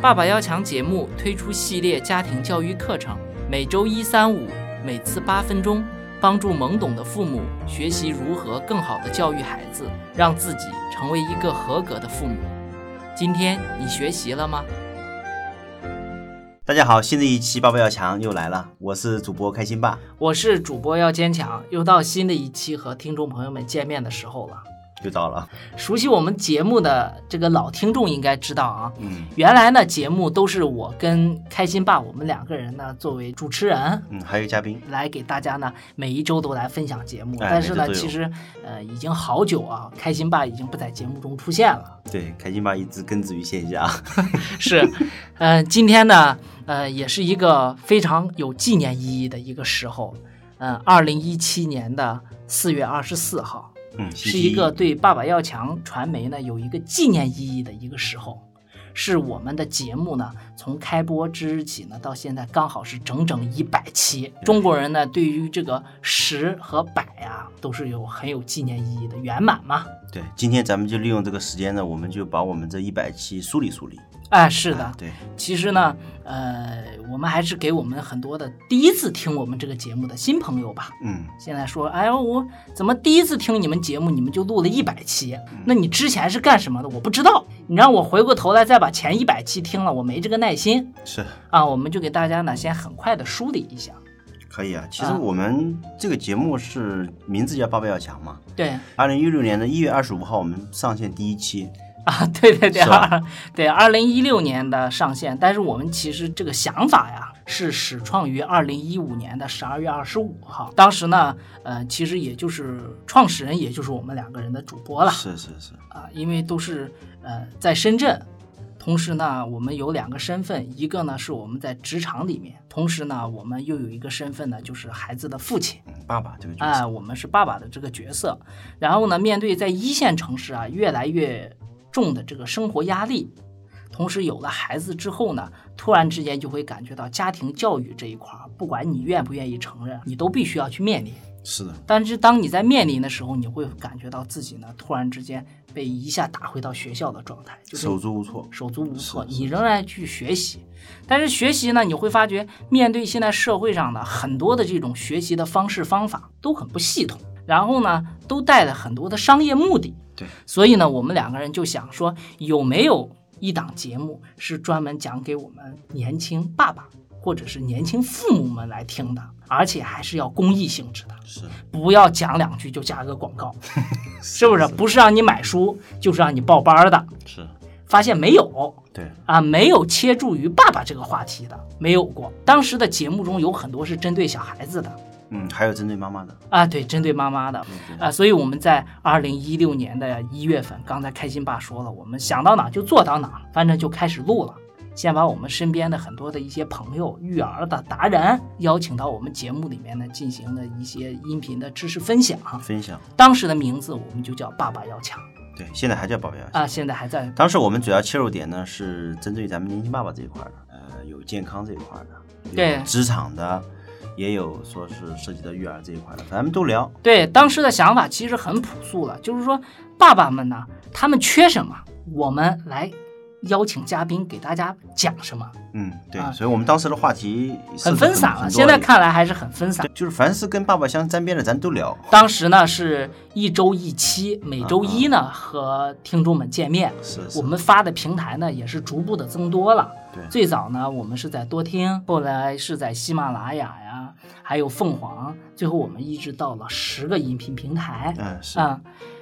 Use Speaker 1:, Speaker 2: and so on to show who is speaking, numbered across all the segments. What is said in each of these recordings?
Speaker 1: 爸爸要强》节目推出系列家庭教育课程，每周一、三、五，每次八分钟，帮助懵懂的父母学习如何更好的教育孩子，让自己成为一个合格的父母。今天你学习了吗？
Speaker 2: 大家好，新的一期《爸爸要强》又来了，我是主播开心爸。
Speaker 1: 我是主播要坚强，又到新的一期和听众朋友们见面的时候了。
Speaker 2: 又到了，
Speaker 1: 熟悉我们节目的这个老听众应该知道啊，
Speaker 2: 嗯
Speaker 1: 原来呢节目都是我跟开心爸我们两个人呢作为主持人。
Speaker 2: 嗯，还有嘉宾，
Speaker 1: 来给大家呢，每一周都来分享节目，
Speaker 2: 哎
Speaker 1: 但是
Speaker 2: 每
Speaker 1: 呢，
Speaker 2: 周都有
Speaker 1: 其实呃已经好久啊，开心爸已经不在节目中出现 了。
Speaker 2: 对，开心爸一直根植于线下，
Speaker 1: 是， 呃，今天呢，呃，也是一个非常有纪念意义的一个时候，嗯、呃，二零一七年的四月二十四号，
Speaker 2: 嗯，星
Speaker 1: 是
Speaker 2: 期
Speaker 1: 一个对爸爸要强传媒呢有一个纪念意义的一个时候，是我们的节目呢从开播之日起呢到现在刚好是整整一百期。中国人呢对于这个十和百啊都是有很有纪念意义的，圆满嘛。
Speaker 2: 对，今天咱们就利用这个时间呢，我们就把我们这一百期梳理梳理。
Speaker 1: 哎，是的，
Speaker 2: 对，
Speaker 1: 其实呢，呃，我们还是给我们很多的第一次听我们这个节目的新朋友吧。
Speaker 2: 嗯，
Speaker 1: 现在说，哎呦，我怎么第一次听你们节目，你们就录了一百期？
Speaker 2: 嗯
Speaker 1: 那你之前是干什么的？我不知道。你让我回过头来再把前一百期听了，我没这个耐心
Speaker 2: 是
Speaker 1: 啊。我们就给大家呢，先很快的梳理一下。
Speaker 2: 可以啊。其实
Speaker 1: 啊
Speaker 2: 我们这个节目是名字叫《爸爸要强》嘛。
Speaker 1: 对
Speaker 2: 二零一六年的一月二十五号，我们上线第一期，
Speaker 1: 啊，对对对，
Speaker 2: 是吧
Speaker 1: 二对，二零一六年的上线，但是我们其实这个想法呀，是始创于二零一五年的十二月二十五号。当时呢，呃，其实也就是创始人，也就是我们两个人的主播了
Speaker 2: 是是是，
Speaker 1: 啊，因为都是呃在深圳。同时呢，我们有两个身份，一个呢是我们在职场里面，同时呢，我们又有一个身份呢，就是孩子的父亲。
Speaker 2: 嗯，爸爸这个角
Speaker 1: 哎，
Speaker 2: 色，
Speaker 1: 我们是爸爸的这个角色。然后呢，面对在一线城市啊越来越重的这个生活压力，同时有了孩子之后呢，突然之间就会感觉到家庭教育这一块儿，不管你愿不愿意承认，你都必须要去面临。
Speaker 2: 是的，
Speaker 1: 但是当你在面临的时候，你会感觉到自己呢突然之间被一下打回到学校的状态，就是
Speaker 2: 手足无措。
Speaker 1: 手足无措，
Speaker 2: 是是
Speaker 1: 你仍然去学习。但是学习呢，你会发觉面对现在社会上的很多的这种学习的方式方法都很不系统，然后呢，都带了很多的商业目的。
Speaker 2: 对，
Speaker 1: 所以呢，我们两个人就想说，有没有一档节目是专门讲给我们年轻爸爸或者是年轻父母们来听的，而且还是要公益性质的。
Speaker 2: 是
Speaker 1: 不要讲两句就加个广告，是不是？不是让你买书，就是让你报班儿的。
Speaker 2: 是，
Speaker 1: 发现没有，
Speaker 2: 对，
Speaker 1: 啊，没有切注于爸爸这个话题的，没有过。当时的节目中有很多是针对小孩子的
Speaker 2: 嗯，还有针对妈妈的，
Speaker 1: 啊，对，针对妈妈的
Speaker 2: 对对
Speaker 1: 啊，所以我们在二零一六年的一月份，刚才开心爸说了，我们想到哪儿就做到哪儿，反正就开始录了。先把我们身边的很多的一些朋友、育儿的达人邀请到我们节目里面呢，进行了一些音频的知识分享。
Speaker 2: 分享，
Speaker 1: 当时的名字我们就叫“爸爸要强
Speaker 2: 对，现在还叫《爸爸要强》
Speaker 1: 啊，现在还在
Speaker 2: 当时我们主要切入点呢是针对咱们年轻爸爸这一块儿的，呃，有健康这一块儿的，
Speaker 1: 对
Speaker 2: 有职场的，也有说是涉及到育儿这一块的，咱们都聊。
Speaker 1: 对当时的想法其实很朴素了，就是说爸爸们呢，他们缺什么，我们来邀请嘉宾给大家讲什么，
Speaker 2: 嗯，对，
Speaker 1: 啊
Speaker 2: 所以我们当时的话题是
Speaker 1: 很分散
Speaker 2: 很
Speaker 1: 了。
Speaker 2: 多
Speaker 1: 现在
Speaker 2: 的
Speaker 1: 看来还是很分散
Speaker 2: 对。就是凡是跟爸爸相沾边的，咱都聊。
Speaker 1: 当时呢是一周一期，每周一呢和听众们见面。
Speaker 2: 是
Speaker 1: 我
Speaker 2: 是，
Speaker 1: 们发的平台呢也是逐步的增多了。
Speaker 2: 对
Speaker 1: 最早呢我们是在多听，后来是在喜马拉雅呀，还有凤凰，最后我们一直到了十个音频平台。
Speaker 2: 嗯是，
Speaker 1: 啊、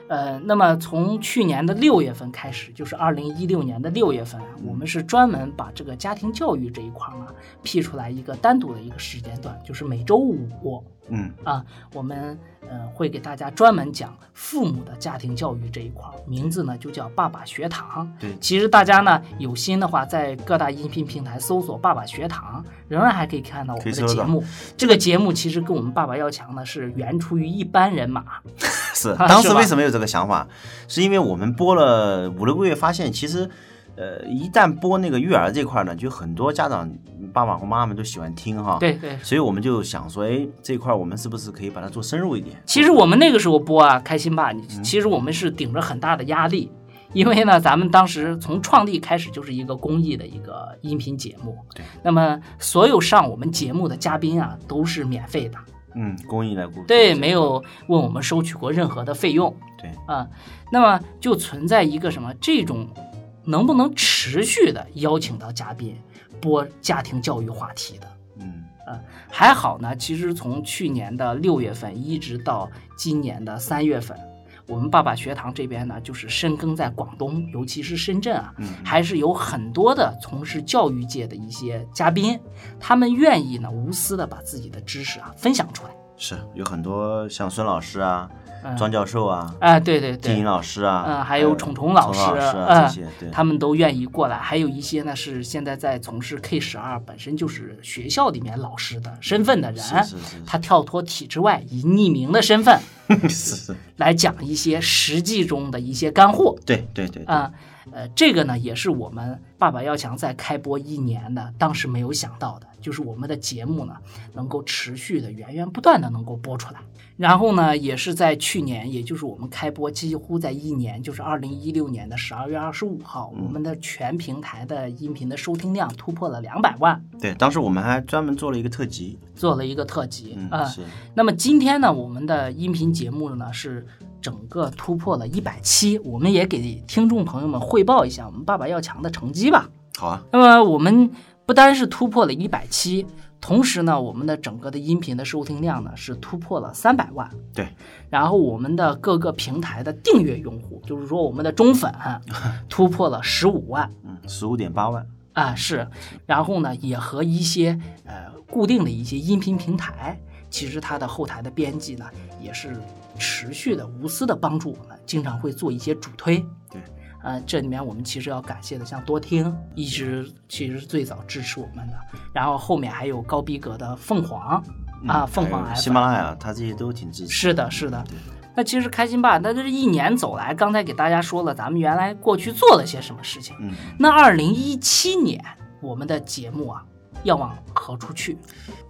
Speaker 1: 呃，那么从去年的六月份开始，就是二零一六年的六月份啊，
Speaker 2: 嗯
Speaker 1: 我们是专门把这个家庭教育这一块儿呢辟出来一个单独的一个时间段，就是每周五
Speaker 2: 嗯
Speaker 1: 啊，我们呃会给大家专门讲父母的家庭教育这一块儿，名字呢就叫爸爸学堂。
Speaker 2: 对
Speaker 1: 其实大家呢有心的话，在各大音频平台搜索“爸爸学堂”，仍然还可以看到我们
Speaker 2: 可以
Speaker 1: 的
Speaker 2: 搜得
Speaker 1: 节
Speaker 2: 到
Speaker 1: 目。这个节目其实跟我们“爸爸要强呢”是原出于一般人马。
Speaker 2: 嗯是。
Speaker 1: 啊
Speaker 2: 当时
Speaker 1: 是吧
Speaker 2: 为什么有这个想法？是因为我们播了五六个月，发现其实。呃，一旦播那个育儿这块呢，就很多家长、爸爸和妈妈们都喜欢听哈。
Speaker 1: 对对，
Speaker 2: 所以我们就想说，哎，这块儿我们是不是可以把它做深入一点？嗯
Speaker 1: 其实我们那个时候播啊，开心吧，你其实我们是顶着很大的压力，因为呢，咱们当时从创立开始就是一个公益的一个音频节目。
Speaker 2: 对。
Speaker 1: 那么所有上我们节目的嘉宾啊，都是免费的，
Speaker 2: 嗯，公益的故事，
Speaker 1: 对，没有问我们收取过任何的费用。
Speaker 2: 对
Speaker 1: 啊，那么就存在一个什么这种能不能持续的邀请到嘉宾播家庭教育话题的。
Speaker 2: 嗯，
Speaker 1: 还好呢，其实从去年的六月份一直到今年的三月份，我们爸爸学堂这边呢，就是深耕在广东，尤其是深圳啊，
Speaker 2: 嗯
Speaker 1: 还是有很多的从事教育界的一些嘉宾，他们愿意呢无私的把自己的知识啊分享出来。
Speaker 2: 是有很多像孙老师啊、
Speaker 1: 嗯
Speaker 2: 庄教授啊、
Speaker 1: 啊、对对
Speaker 2: 金
Speaker 1: 对
Speaker 2: 莹，老师啊，
Speaker 1: 嗯还有
Speaker 2: 呃
Speaker 1: 虫虫老师
Speaker 2: 虫啊
Speaker 1: 嗯
Speaker 2: 这些，对，
Speaker 1: 他们都愿意过来。还有一些呢是现在在从事 K 十二，本身就是学校里面老师的身份的人，
Speaker 2: 是是是
Speaker 1: 他跳脱体制外，以匿名的身份。
Speaker 2: 是 是是，
Speaker 1: 来讲一些实际中的一些干货
Speaker 2: 对对对，对
Speaker 1: 啊、呃，这个呢也是我们爸爸要强在开播一年的，当时没有想到的，就是我们的节目呢能够持续的源源不断的能够播出来。然后呢，也是在去年，也就是我们开播几乎在一年，就是二零一六年的十二月二十五号，我们的全平台的音频的收听量突破了两百万，
Speaker 2: 对，当时我们还专门做了一个特辑，
Speaker 1: 做了一个特辑
Speaker 2: 嗯
Speaker 1: 啊、，
Speaker 2: 是，
Speaker 1: 那么今天呢，我们的音频节目呢是整个突破了一百期，我们也给听众朋友们汇报一下我们爸爸要强的成绩吧。
Speaker 2: 好啊，
Speaker 1: 那么我们不单是突破了一百期，同时呢，我们的整个的音频的收听量呢是突破了三百万，
Speaker 2: 对，
Speaker 1: 然后我们的各个平台的订阅用户，就是说我们的忠粉啊，突破了十五万。
Speaker 2: 嗯，十五点八万，
Speaker 1: 啊，是，然后呢，也和一些呃固定的一些音频平台，其实它的后台的编辑呢，也是持续的无私的帮助我们，经常会做一些主推。
Speaker 2: 对，
Speaker 1: 呃，这里面我们其实要感谢的，像多听一直其实是最早支持我们的，然后后面还有高逼格的凤凰啊，
Speaker 2: 嗯
Speaker 1: 凤凰
Speaker 2: 还
Speaker 1: F，
Speaker 2: 有喜马拉雅，他这些都挺支持，
Speaker 1: 是的，是的
Speaker 2: 对。
Speaker 1: 那其实开心吧，那这一年走来，刚才给大家说了，咱们原来过去做了些什么事情。
Speaker 2: 嗯，
Speaker 1: 那二零一七年我们的节目啊，要往何处去？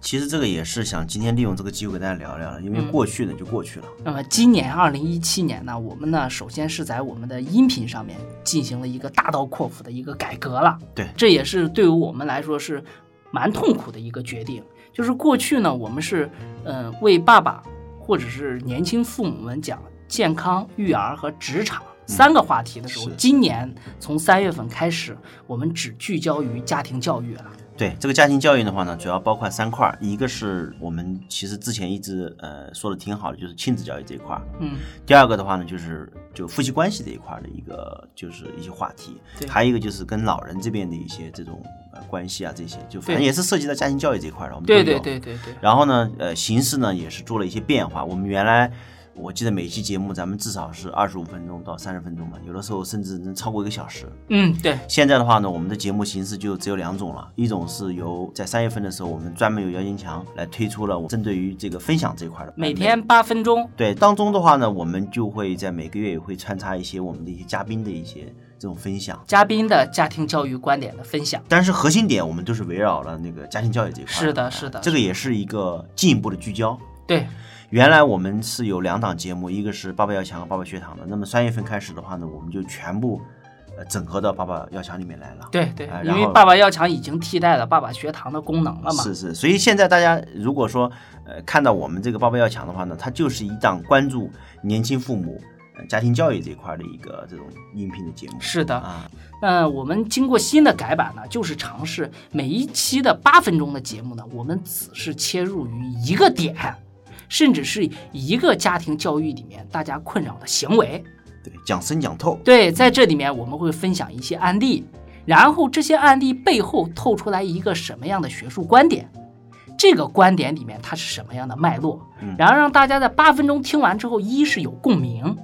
Speaker 2: 其实这个也是想今天利用这个机会跟大家聊聊，因为
Speaker 1: 嗯
Speaker 2: 过去的就过去了，
Speaker 1: 那么今年二零一七年呢，我们呢首先是在我们的音频上面进行了一个大刀阔斧的一个改革了。
Speaker 2: 对
Speaker 1: 这也是对于我们来说是蛮痛苦的一个决定。就是过去呢，我们是嗯、呃为爸爸或者是年轻父母们讲健康、育儿和职场。三个话题的时候
Speaker 2: 嗯是，
Speaker 1: 今年从三月份开始，我们只聚焦于家庭教育了。
Speaker 2: 对这个家庭教育的话呢，主要包括三块儿，一个是我们其实之前一直呃说的挺好的，就是亲子教育这一块儿，
Speaker 1: 嗯，
Speaker 2: 第二个的话呢，就是就夫妻关系这一块儿的一个就是一些话题
Speaker 1: 对，
Speaker 2: 还有一个就是跟老人这边的一些这种呃关系啊这些，就反正
Speaker 1: 对
Speaker 2: 也是涉及到家庭教育这一块儿的，我们都
Speaker 1: 对
Speaker 2: 有
Speaker 1: 对对对对，
Speaker 2: 然后呢，呃，形式呢也是做了一些变化。我们原来我记得每期节目咱们至少是二十五分钟到三十分钟嘛，有的时候甚至能超过一个小时。
Speaker 1: 嗯，对，
Speaker 2: 现在的话呢，我们的节目形式就只有两种了，一种是由在三月份的时候，我们专门有姚金强来推出了我针对于这个分享这一块的，
Speaker 1: 每天八分钟，
Speaker 2: 对当中的话呢，我们就会在每个月也会穿插一些我们的一些嘉宾的一些这种分享。
Speaker 1: 嘉宾的家庭教育观点的分享。
Speaker 2: 但是核心点我们都是围绕了那个家庭教育这一块。啊
Speaker 1: 是，的，是的，
Speaker 2: 这个也是一个进一步的聚焦。
Speaker 1: 对，
Speaker 2: 原来我们是有两档节目，一个是《爸爸要强》和《爸爸学堂》的。那么三月份开始的话呢，我们就全部呃整合到《爸爸要强》里面来了。
Speaker 1: 对对
Speaker 2: 哎，
Speaker 1: 因
Speaker 2: 然
Speaker 1: 为
Speaker 2: 后
Speaker 1: 爸爸要强已经替代了爸爸学堂的功能了嘛。
Speaker 2: 是是，所以现在大家如果说呃看到我们这个《爸爸要强》的话呢，它就是一档关注年轻父母、呃家庭教育这一块的一个这种音频的节目。
Speaker 1: 是的，
Speaker 2: 啊，
Speaker 1: 那我们经过新的改版呢，就是尝试每一期的八分钟的节目呢，我们只是切入于一个点，甚至是一个家庭教育里面大家困扰的行为。
Speaker 2: 对，讲深讲透。
Speaker 1: 对，在这里面我们会分享一些案例，然后这些案例背后透出来一个什么样的学术观点，这个观点里面它是什么样的脉络，
Speaker 2: 嗯
Speaker 1: 然后让大家在八分钟听完之后，一是有共鸣，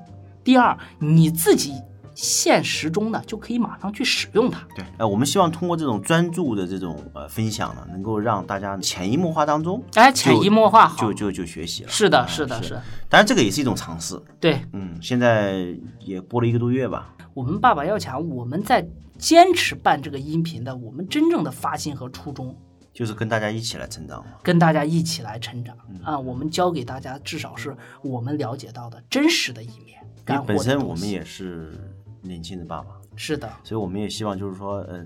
Speaker 1: 第二你自己现实中呢就可以马上去使用它。
Speaker 2: 对，呃，我们希望通过这种专注的这种呃分享呢，能够让大家潜移默化当中，
Speaker 1: 哎，潜移默化好
Speaker 2: 就，就就学习了。
Speaker 1: 是
Speaker 2: 啊
Speaker 1: 的，是的，
Speaker 2: 是
Speaker 1: 是。
Speaker 2: 当然这个也是一种尝试。
Speaker 1: 对
Speaker 2: 嗯，现在也播了一个多月吧。
Speaker 1: 我们爸爸要强，我们在坚持办这个音频的，我们真正的发心和初衷
Speaker 2: 就是跟大家一起来成长嘛。
Speaker 1: 跟大家一起来成长
Speaker 2: 嗯
Speaker 1: 啊！我们教给大家，至少是我们了解到的真实的一面。
Speaker 2: 因
Speaker 1: 干
Speaker 2: 为
Speaker 1: 货的
Speaker 2: 本身
Speaker 1: 东
Speaker 2: 我们
Speaker 1: 西
Speaker 2: 也是年轻的爸爸，
Speaker 1: 是的，
Speaker 2: 所以我们也希望就是说，呃，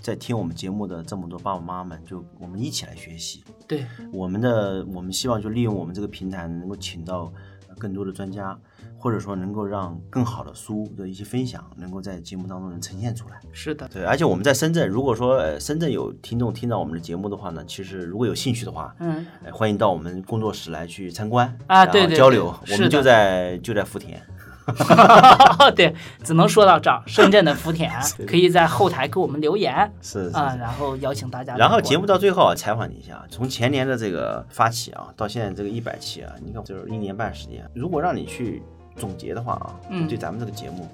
Speaker 2: 在听我们节目的这么多爸爸妈妈们，就我们一起来学习。
Speaker 1: 对，
Speaker 2: 我们的我们希望就利用我们这个平台，能够请到呃更多的专家，或者说能够让更好的书的一些分享，能够在节目当中能呈现出来。
Speaker 1: 是的，
Speaker 2: 对，而且我们在深圳，如果说呃深圳有听众听到我们的节目的话呢，其实如果有兴趣的话，
Speaker 1: 嗯，
Speaker 2: 呃欢迎到我们工作室来去参观
Speaker 1: 啊
Speaker 2: 然后
Speaker 1: 对对
Speaker 2: 交
Speaker 1: 对
Speaker 2: 流，我
Speaker 1: 是的
Speaker 2: 们就在就在福田，
Speaker 1: 嗯 对，只能说到这儿。深圳的福田 可以在后台给我们留言
Speaker 2: 是是
Speaker 1: 啊，然后邀请大家来过来。
Speaker 2: 然后节目到最后啊，采访你一下，从前年的这个发起啊，到现在这个一百期啊，你看就是一年半时间。如果让你去总结的话啊，
Speaker 1: 嗯
Speaker 2: 对咱们这个节目，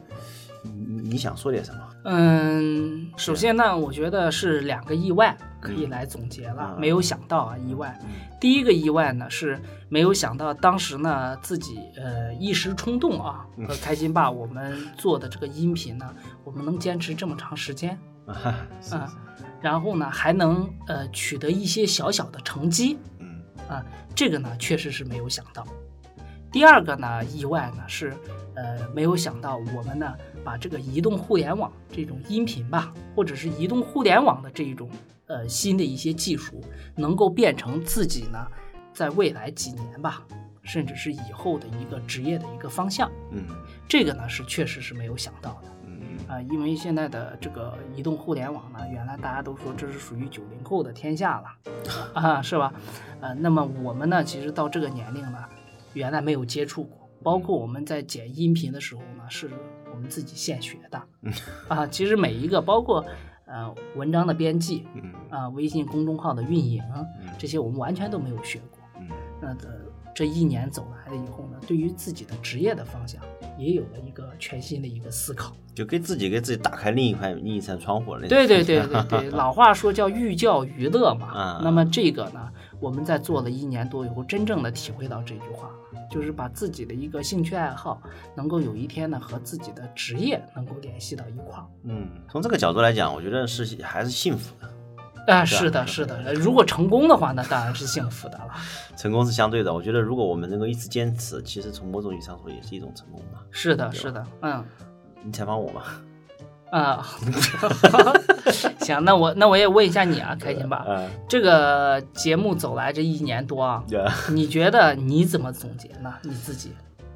Speaker 2: 你你想说点什么？
Speaker 1: 嗯，首先呢，我觉得是两个意外可以来总结了，
Speaker 2: 嗯
Speaker 1: 没有想到啊，意外。第一个意外呢是没有想到，当时呢自己呃一时冲动啊，
Speaker 2: 嗯
Speaker 1: 和开心爸我们做的这个音频呢，我们能坚持这么长时间
Speaker 2: 啊，是
Speaker 1: 啊，然后呢还能呃取得一些小小的成绩，
Speaker 2: 嗯
Speaker 1: 啊，这个呢确实是没有想到。第二个呢，意外呢是，呃，没有想到我们呢把这个移动互联网这种音频吧，或者是移动互联网的这一种呃新的一些技术，能够变成自己呢在未来几年吧，甚至是以后的一个职业的一个方向。
Speaker 2: 嗯
Speaker 1: 这个呢是确实是没有想到的。
Speaker 2: 嗯
Speaker 1: 啊，因为现在的这个移动互联网呢，原来大家都说这是属于九零后的天下了， 啊，是吧？呃，那么我们呢，其实到这个年龄呢，原来没有接触过，包括我们在剪音频的时候呢，是我们自己现学的， 啊，其实每一个包括呃文章的编辑
Speaker 2: 嗯
Speaker 1: 啊、微信公众号的运营
Speaker 2: 嗯
Speaker 1: 这些，我们完全都没有学过。
Speaker 2: 嗯
Speaker 1: 那这这一年走来了以后呢，对于自己的职业的方向也有了一个全新的一个思考。
Speaker 2: 就给自己给自己打开另一块另一扇窗户了。那
Speaker 1: 对
Speaker 2: 种
Speaker 1: 对对对对，老话说叫寓教于乐 嘛。
Speaker 2: 嗯
Speaker 1: 那么这个呢，我们在做了一年多以后，真正的体会到这句话了，就是把自己的一个兴趣爱好，能够有一天呢和自己的职业能够联系到一块儿。
Speaker 2: 嗯，从这个角度来讲，我觉得是还是幸福的，
Speaker 1: 啊，
Speaker 2: 是啊
Speaker 1: 是的，是
Speaker 2: 是
Speaker 1: 的，呃如果成功的话，那当然是幸福的了。
Speaker 2: 成功是相对的。我觉得如果我们能够一直坚持，其实从某种意义上说也是一种成功吧。
Speaker 1: 是的，是的，嗯。
Speaker 2: 你采访我嘛？
Speaker 1: 啊， 行，那我那我也问一下你啊，开心吧？
Speaker 2: 啊，
Speaker 1: 这个节目走来这一年多啊，
Speaker 2: 对啊。
Speaker 1: 你觉得你怎么总结呢？你自己？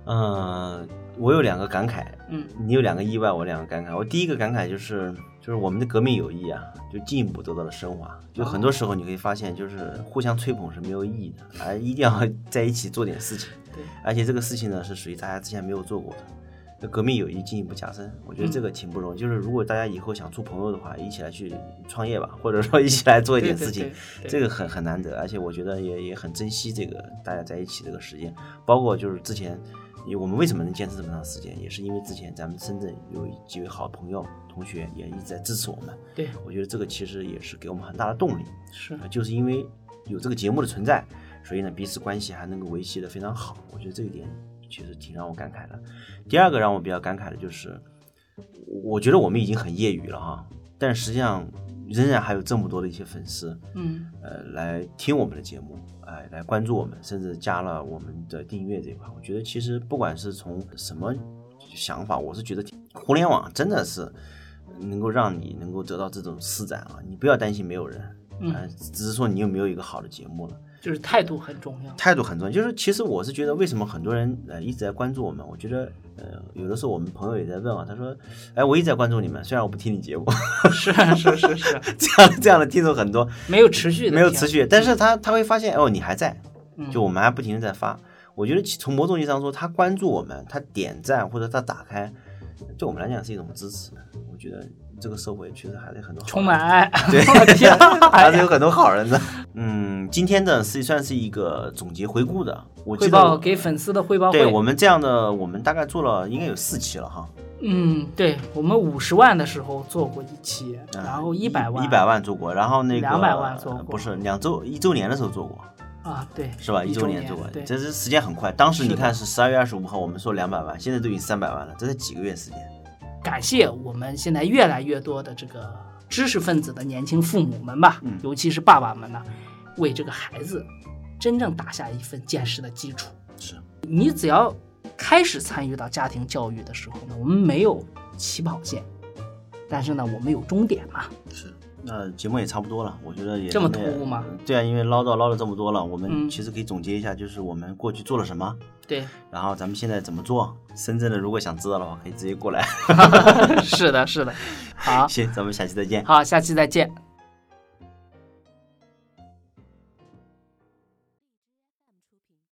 Speaker 2: 嗯，我有两个感慨，
Speaker 1: 嗯
Speaker 2: 你有两个意外，我两个感慨。我第一个感慨就是，就是我们的革命友谊啊，就进一步得到了升华。就很多时候你会发现，就是互相吹捧是没有意义的，而一定要在一起做点事情。
Speaker 1: 对，
Speaker 2: 而且这个事情呢，是属于大家之前没有做过的。那革命友谊进一步加深，我觉得这
Speaker 1: 嗯
Speaker 2: 个挺不容易。就是如果大家以后想做朋友的话，一起来去创业吧，或者说一起来做一点
Speaker 1: 对对
Speaker 2: 事情，
Speaker 1: 对对
Speaker 2: 这个很很难得，而且我觉得也也很珍惜这个大家在一起这个时间，包括就是之前。也我们为什么能坚持这么长时间，也是因为之前咱们深圳有几位好朋友、同学也一直在支持我们。
Speaker 1: 对，
Speaker 2: 我觉得这个其实也是给我们很大的动力，
Speaker 1: 是
Speaker 2: 呃就是因为有这个节目的存在，所以呢彼此关系还能够维系的非常好。我觉得这一点其实挺让我感慨的。第二个让我比较感慨的就是，我觉得我们已经很业余了哈，但实际上仍然还有这么多的一些粉丝，
Speaker 1: 嗯。
Speaker 2: 呃，来听我们的节目，哎、来关注我们，甚至加了我们的订阅这一块。我觉得其实不管是从什么想法，我是觉得挺互联网真的是能够让你能够得到这种施展啊，你不要担心没有人，
Speaker 1: 嗯
Speaker 2: 呃只是说你有没有一个好的节目了。
Speaker 1: 就是态度很重要。
Speaker 2: 态度很重要。就是其实我是觉得，为什么很多人呃一直在关注我们？我觉得呃有的时候我们朋友也在问啊，他说，哎，我一直在关注你们，虽然我不听你节目，
Speaker 1: 是啊是是是，
Speaker 2: 这样这样的听众很多，
Speaker 1: 没有持续的，嗯
Speaker 2: 没有持。续，但是他他会发现哦，你还在，就我们还不停的在发。我觉得其从某种意义上说，他关注我们，他点赞或者他打开，对我们来讲是一种支持。我觉得这个社会确实还是有很 多好人
Speaker 1: 充满爱。
Speaker 2: 对
Speaker 1: 我的天，
Speaker 2: 还是有很多好人的。嗯，今天的是算是一个总结回顾的，我记
Speaker 1: 汇
Speaker 2: 得
Speaker 1: 报
Speaker 2: 我
Speaker 1: 给粉丝的汇报
Speaker 2: 对
Speaker 1: 会。
Speaker 2: 我们这样的，我们大概做了应该有四期了哈，
Speaker 1: 嗯，对我们五十万的时候做过一期，然后一百万，
Speaker 2: 啊一百万做过，然后那个
Speaker 1: 200万做过
Speaker 2: 不是两周一周年的时候做过，
Speaker 1: 啊，对，
Speaker 2: 是吧？
Speaker 1: 一
Speaker 2: 周年
Speaker 1: 年
Speaker 2: 做过，
Speaker 1: 对，
Speaker 2: 这是时间很快。当时
Speaker 1: 是
Speaker 2: 你
Speaker 1: 的
Speaker 2: 看是十二月二十五号，我们说两百万，现在都已经三百万了，这才几个月时间。
Speaker 1: 感谢我们现在越来越多的这个知识分子的年轻父母们吧，
Speaker 2: 嗯
Speaker 1: 尤其是爸爸们呢，为这个孩子真正打下一份坚实的基础。
Speaker 2: 是
Speaker 1: 你只要开始参与到家庭教育的时候呢，我们没有起跑线，但是呢，我们有终点嘛。
Speaker 2: 是。那节目也差不多了，我觉得也
Speaker 1: 这么
Speaker 2: 因为
Speaker 1: 突兀吗？
Speaker 2: 对啊，因为唠叨唠了这么多了，我
Speaker 1: 嗯
Speaker 2: 们其实可以总结一下，就是我们过去做了什么，
Speaker 1: 对，
Speaker 2: 然后咱们现在怎么做。深圳的如果想知道的话，可以直接过来。
Speaker 1: 是的，是的。好，
Speaker 2: 行，咱们下期再见。
Speaker 1: 好，下期再见。